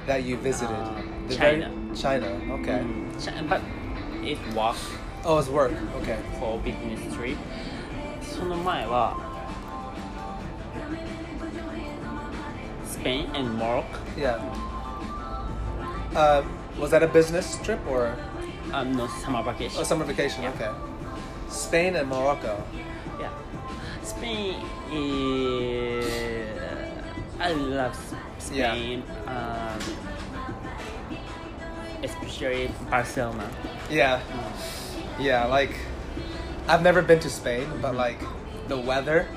that you visited? Uh, The very- China. China. Okay. Chi- But it was Oh, it's work. Okay. for business trip. その前は Spain and Morocco. Yeah. Um, was that a business trip or? Um, no summer vacation. Oh, summer vacation. Yeah. Okay. Spain and Morocco. Yeah. Spain is. I love S- Yeah. Spain. Um, especially Barcelona. Yeah. Yeah, like I've never been to Spain, Mm-hmm. but like the weather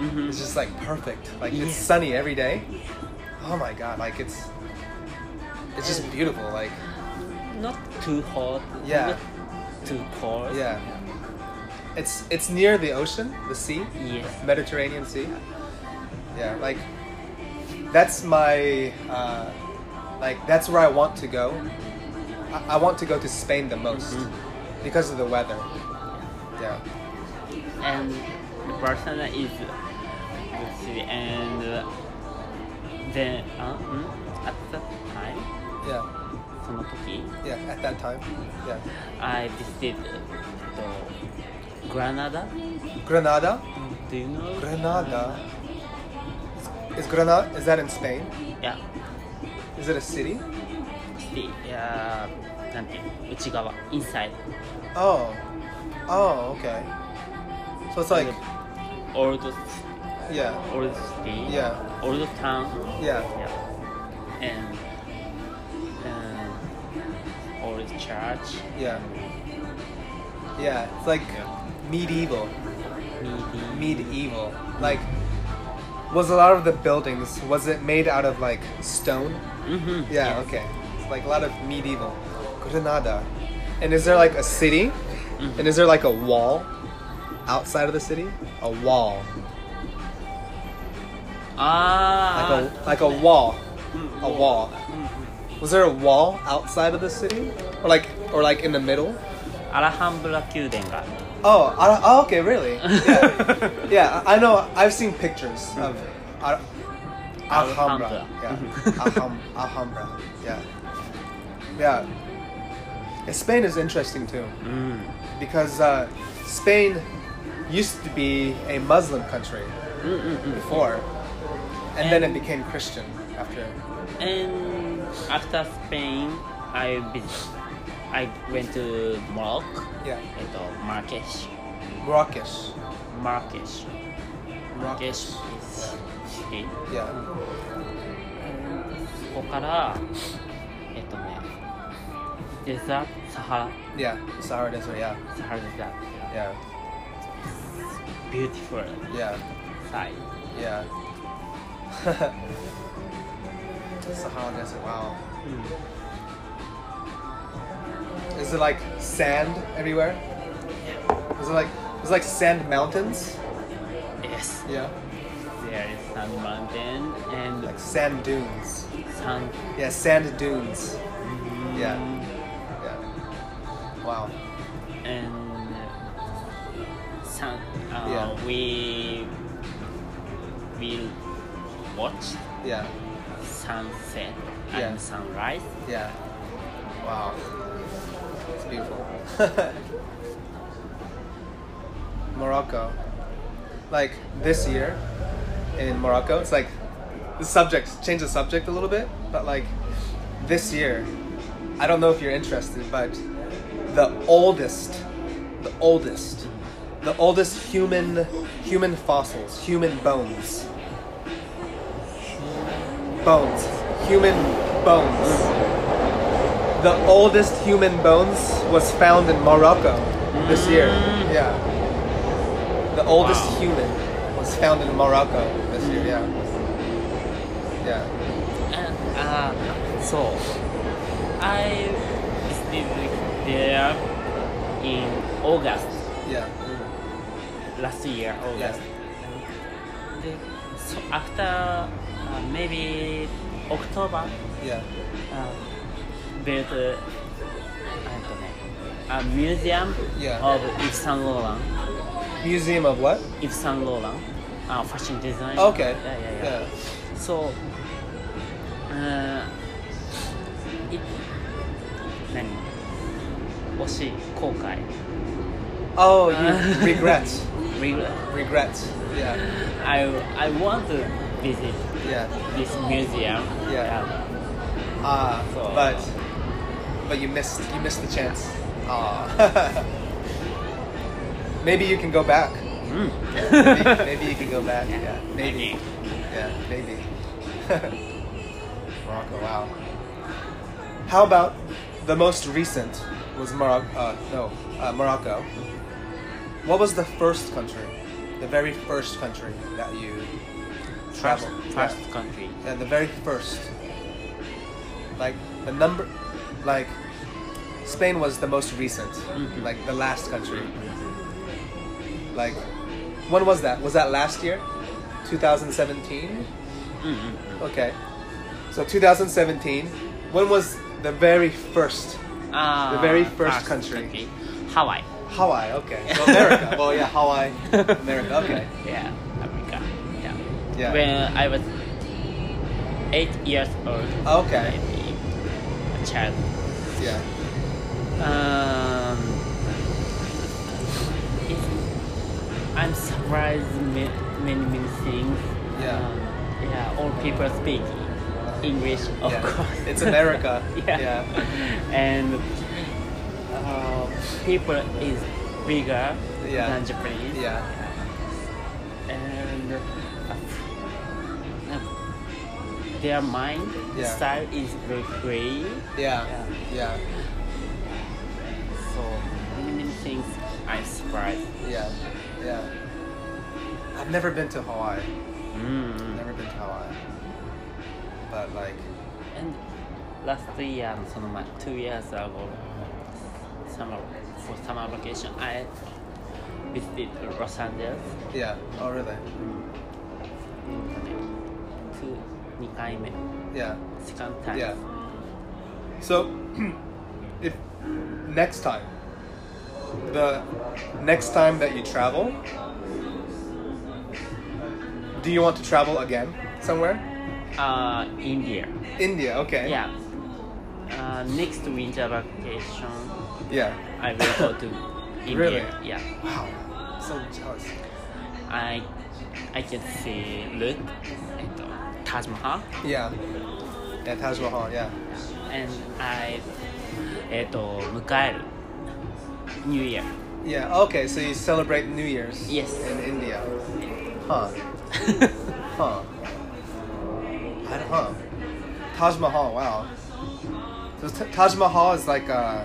Mhm. is just like perfect. Like it's Yeah. sunny every day. Oh my god, like it's it's just beautiful. Like Not too hot. Yeah. Not too cold. yeah. It's it's near the ocean, the sea, Yes. Mediterranean Sea. Yeah, like that's my uh, like that's where I want to go. I, I want to go to Spain the most Mhm. because of the weather. Yeah. and the person is let's see and then uh, mm, at that time Yeah. その時 Yeah, at that time. Yeah. I visited the Granada Granada? do you know Granada. Is Granada is that in Spain? yeah Is it a city? the uh, なんていうの内側 inside Oh. Oh, okay. So it's like old yeah. old city Yeah. old town Yeah. Yeah. And uh, old church, Yeah. Yeah, it's like medieval. meeting. Medieval. Like was a lot of the buildings was it made out of like stone? Mm-hmm. Yeah. Okay. It's like a lot of medieval. Granada. And is there like a city? And is there like a wall outside of the city? A wall. Like Ah. a like a wall. Mm, A wall. Was there a wall outside of the city, or like or like in the middle? アラハンブラ宮殿がある。 Oh, I, oh okay, really? Yeah, yeah. I I know. I've seen pictures of Al- Alhambra. Alhambra. Yeah, Mhm. Alham- Alhambra. Yeah, yeah. And Spain is interesting too うん。 because uh, Spain used to be a Muslim country うんうんうん。 before, and then it became Christian after. And after Spain, I visit. I went to Morocco. Yeah, えっと、Marrakesh. Marrakesh. Marrakesh. Marrakesh is city. Yeah. ここから、えっとね、デザート、サハ Yeah, Sahara Desert. Yeah, ラ、サハラデザート。 yeah, beautiful yeah, side. yeah. [laughs] Sahara Desert. Wow. Is it like sand everywhere? Is it like is it like sand mountains? Yes, Yeah. there is sand mountain and Like sand dunes. sand. Yeah, sand dunes. Yeah. Yeah. Wow. And sand. Uh, Yeah. We will watch Yeah. sunset Yeah. and sunrise. Yeah. Wow. It's beautiful. [laughs] Morocco. Like this year in Morocco, it's like the subject change the subject a little bit, but like this year, I don't know if you're interested, but the oldest, the oldest, the oldest human human fossils, human bones. Bones. Human bones. The oldest human bones was found in Morocco this year. Yeah. The oldest Wow. human was found in Morocco this year, yeah. Yeah. And uh, so I visited there in August. Yeah. last year August. The, so after uh, maybe October, Yeah. uh, built uh, I don't know, a museum Yeah. of Yves Saint Laurent. Museum of what? Yves Saint Laurent, uh, fashion design. Okay. Yeah, yeah, yeah. So, uh, it, 何惜しい後悔 Oh, Uh. [laughs] you regret. regret regret. Yeah. I I want to visit Yeah. this museum. Yeah. Ah, So- but but you missed you missed the chance. Ah. [laughs] maybe you can go back. Mm. [laughs] Maybe, maybe you can go back. Yeah. Maybe. Maybe. Yeah. Maybe. [laughs] Morocco. Wow. How about the most recent was Morocco? Uh, no, uh, Morocco. What was the first country? The very first country that you First, traveled? first Yeah. country. Yeah, the very first. Like the number, like Spain was the most recent, Mhm. like the last country. Like, when was that? Was that last year, 2017? Mm-hmm. Okay, so 2017. When was the very first Uh, The very first country. Hawaii. Hawaii? Okay, so America. well, yeah, Hawaii, America. [laughs] Okay, Yeah, America. Yeah. Yeah. When I was eight years old, okay, maybe a child. yeah, Um, it, I'm surprised ma- many many things. Yeah. Um, yeah. All people speak English, of Yeah. course. It's America. [laughs] yeah. Yeah. And uh, people is bigger Yeah. than Japanese. yeah, And uh, uh, their mind Yeah. style is very free. yeah, yeah, So many many things I'm surprised. yeah, yeah. I've never been to Hawaii. Mm. うん、 Never been to Hawaii. But like, And last year, その前、two years ago, summer, for summer vacation, I visited Los Angeles. yeah. Oh really? なんかね、two 2回目、 Yeah. second time. Yeah. So, [clears throat] if next time, the next time that you travel, do you want to travel again somewhere? Uh, India. India. Okay. Yeah. Uh, next winter vacation, Yeah. I will go [coughs] to India. Really? Yeah. Wow. So jealous. I, I can see, look, えっと、Taj Mahal. Yeah. Yeah, Taj Mahal. Yeah. And I, えっと、迎える New [laughs] Year. Yeah. Okay. So you celebrate New Year's. Yes. In India. Huh. Huh. I don't, huh. Taj Mahal. Wow. So T- Taj Mahal is like a,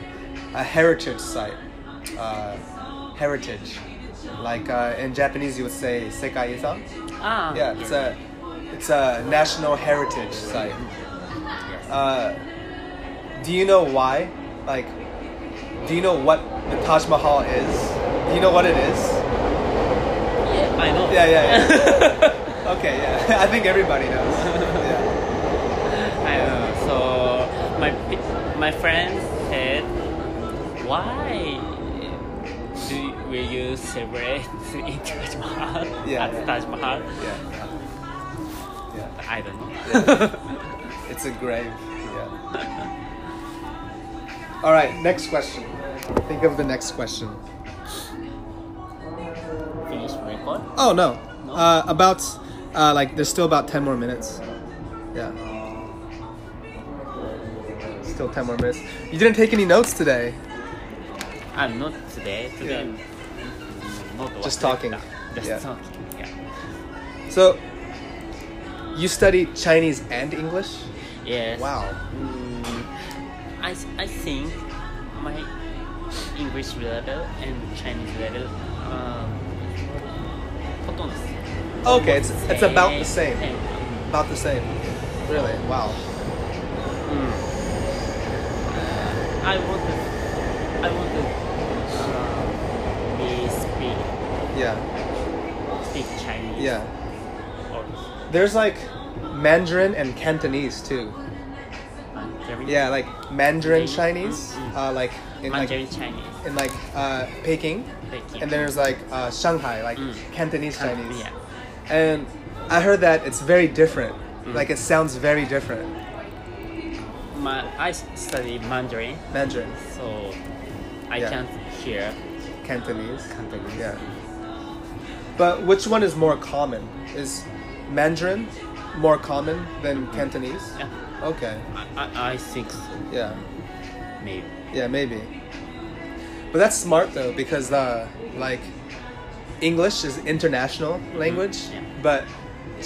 a heritage site. Uh, heritage. Like uh, in Japanese, you would say Sekaiisan. ah, Yeah. It's uh, a it's a national heritage site. Yes. Uh, do you know why? Like, do you know what the Taj Mahal is? Do you know what it is? yeah, I know. Yeah, yeah, Okay, yeah. [laughs] I think everybody knows. Yeah. [laughs] I know. So my pe- my friend said, why do you, will you celebrate [laughs] in Taj Mahal Yeah, at yeah. Taj Mahal? Yeah. Yeah. I don't know. It's a grave. Yeah. All right, next question. Think of the next question. [laughs] Finish record. Oh, no. No? Uh, about, uh, like, there's still about 10 more minutes. Yeah. Still 10 more minutes. You didn't take any notes today. I'm not today. Today, Yeah. mm, not Just what- talking. Just Yeah. talking. Yeah. So, you study Chinese and English? Yes. Wow. Mm, I, I think my English level and Chinese level um, ほとんど Okay, it's, it's about the です same. About the same. Really? Wow. I want to I want to uh, be speak Yeah. speak Chinese Yeah. or There's like Mandarin and Cantonese too. Mandarin Yeah, like Mandarin Mhm, Chinese, mhm. uh, like in like Mandarin Chinese in like uh, Peking, Peking. and then there's like uh, Shanghai, like Mm. Cantonese Can- Chinese. yeah. And I heard that it's very different. Mm. Like it sounds very different. Ma- I study Mandarin Mandarin, so I Yeah. can't hear Cantonese. Cantonese Yeah. But which one is more common? Is Mandarin more common than Cantonese? Mm. Yeah. Okay. I, I, I think so Yeah. maybe Yeah, maybe. But that's smart though, because uh, like English is international language, Mm-hmm. yeah. but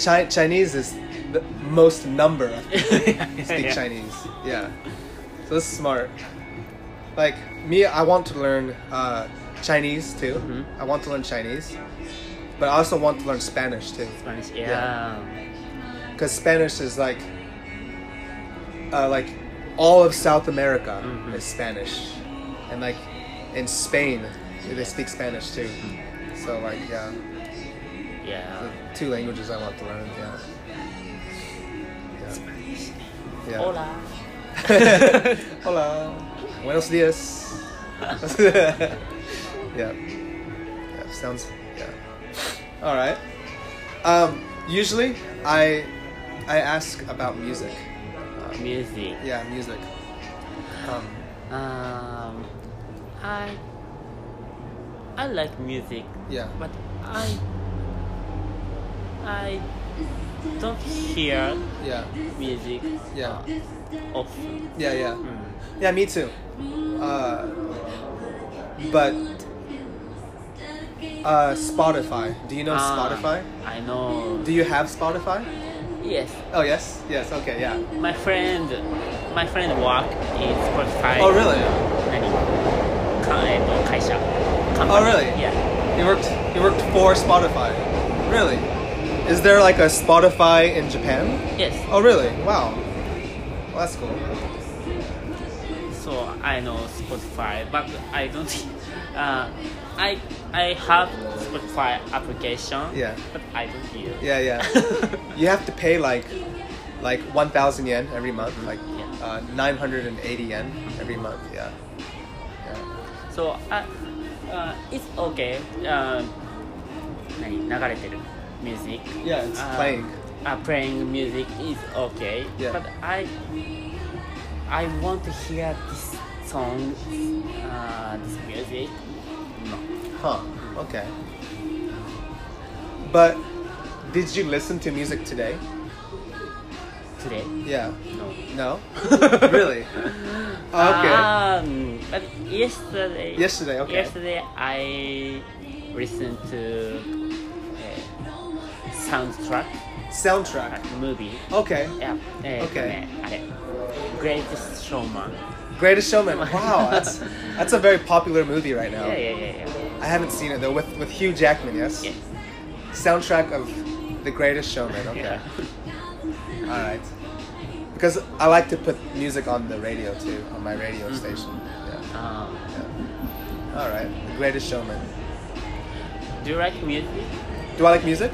Chi- Chinese is the most number of people who [laughs] speak [laughs] Yeah. Chinese. Yeah, so that's smart. Like me, I want to learn uh, Chinese too. Mm-hmm. I want to learn Chinese, but I also want to learn Spanish too, Spanish Yeah. yeah. because Spanish is like uh, like all of South America Mhm. is Spanish, and like in Spain they speak Spanish too. So like yeah, the Yeah. two languages I want to learn. Yeah. Yeah. yeah. Hola. [laughs] Hola. Buenos dias. [laughs] yeah. yeah. Sounds. Yeah. All right. Um, usually, I I ask about music. Music. Yeah, music. Um, Um, I I like music, yeah. but I I don't hear Yeah. music Yeah. often. Yeah. Yeah. Mm. Yeah. Me too. Uh, but uh, Spotify. Do you know Ah, Spotify? I know. Do you have Spotify? Yes, Oh yes. Yes. Okay. Yeah. my friend, my friend work in Spotify. Oh really? 何？かえっと会社。 Oh, really? Yeah. You worked. You worked for Spotify. Really? Is there like a Spotify in Japan? Yes. Oh, really? Wow. Well, that's cool. So I know Spotify, but I don't. Uh, I I have Spotify application. Yeah. But I don't use. Yeah, yeah. you have to pay like like 1,000 yen every month, like Mm-hmm. Yeah. uh, 980 yen every month. Yeah. yeah. so uh, uh, it's okay. Uh, 何流れてる music. Yeah, it's Uh, playing. Uh, playing music is okay. Yeah. But I I want to hear this song, uh, this music. No. Huh. Okay. But did you listen to music today? Today. Yeah. No. No. [laughs] [laughs] really? Okay. Um, but yesterday. Yesterday, okay. Yesterday, I listened to uh, soundtrack Soundtrack. at movie. Okay. Yeah. Uh, Okay. ねあれ。Greatest Showman. Greatest Showman. Wow, that's that's a very popular movie right now. Yeah, yeah, yeah, yeah. I haven't seen it though. With with Hugh Jackman, yes. Yes. Soundtrack of The Greatest Showman. Okay. Yeah. All right. Because I like to put music on the radio too, on my radio station. Yeah. Um, yeah. All right. The Greatest Showman. do you like music? Do I like music?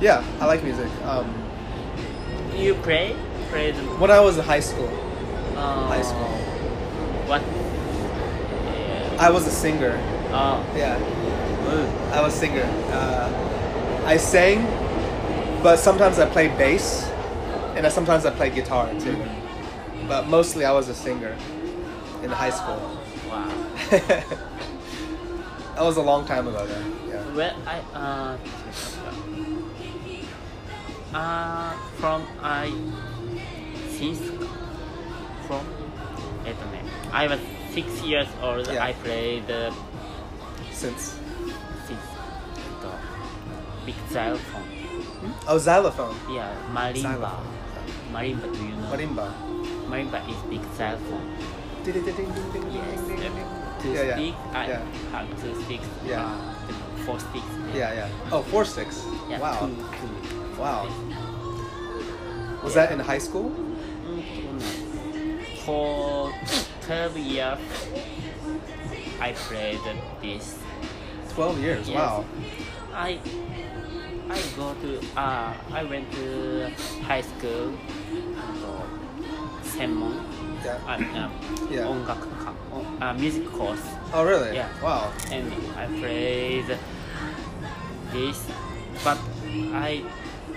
Yeah, I like music. Um, You play? Play the when I was in high school, uh, High school. What? I was a singer. Uh, Yeah. uh, I was a singer. Uh, I sang, but sometimes I play bass, and I, sometimes I play guitar too. But mostly I was a singer in high school. wow. that was a long time ago, though. Yeah. Well, I uh, uh from I since from eh, I was six years old. Yeah. I played the Since six the big xylophone. Hmm? oh, xylophone, Yeah, marimba. Xylophone. Marimba, do you know? marimba. Marimba is big xylophone. Ding, ding, ding, ding, ding, ding, Yes. ding, ding. To Yeah, yeah. speak, I Yeah. have two sticks. Yeah. Uh, the four sticks. Yeah, yeah. Oh, four six. Yeah, Wow, two, two. wow. Was that in high school? For 12 years, I played this. Twelve years. Yes. Wow. I I go to uh, I went to high school. uh, 専門 Yeah. uh, um, Yeah. 音楽科 uh, music course Oh, really? Yeah. Wow. and I played this, but I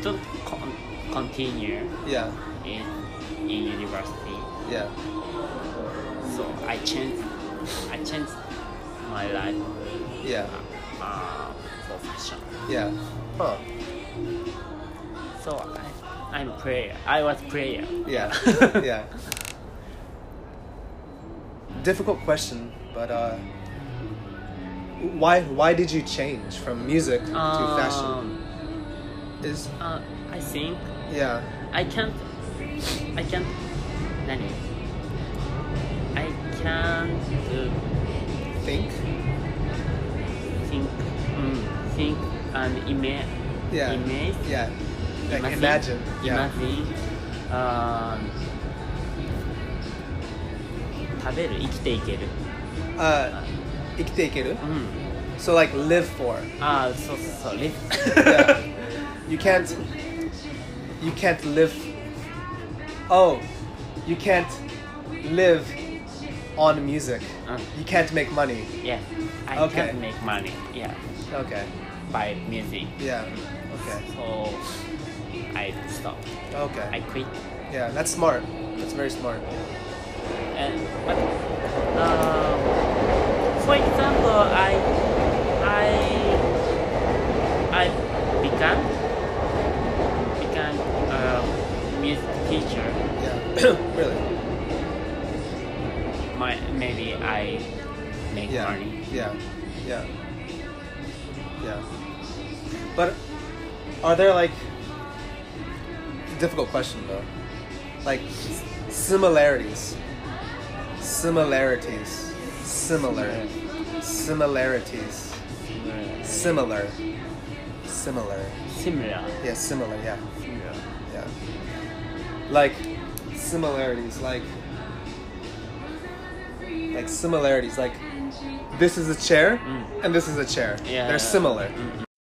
don't con- continue Yeah. in in university. Yeah. So I changed, I changed my life Yeah. uh, for fashion. Yeah. Huh. So I, I'm prayer. I was prayer. Yeah. [laughs] yeah. Difficult question, but uh, why why did you change from music to fashion? Um, Is uh, I think yeah. I can't. I can't. Nani? I can't uh, Think. think. Um, think and ima- Yeah. image. Yeah. Like Imagine. imagine. Yeah. Imagine. Um, 食べる生きていける Uh, 生きていける?うん。 So like live [laughs] for. Mm. Ah, so [laughs] solid. Yeah. you can't. You can't live. Oh, you can't live on music. Uh. You can't make money. yeah, I Okay. can't make money. Yeah, Okay. by music. Yeah. Okay. So I stopped. Okay. I quit. Yeah, that's smart. That's very smart. And but um, for example, I I I become become a um, music teacher. Yeah. [coughs] really. My maybe I make Yeah. money. Yeah. Yeah. Yeah. But are there like it's a difficult question though? Like s- similarities. Similarities. Similar. Similarities. Similar. Similar. similar. Yeah, similar. Yeah, Similar. yeah. Like similarities, like like similarities, like this is a chair Mm. and this is a chair. Yeah. They're similar.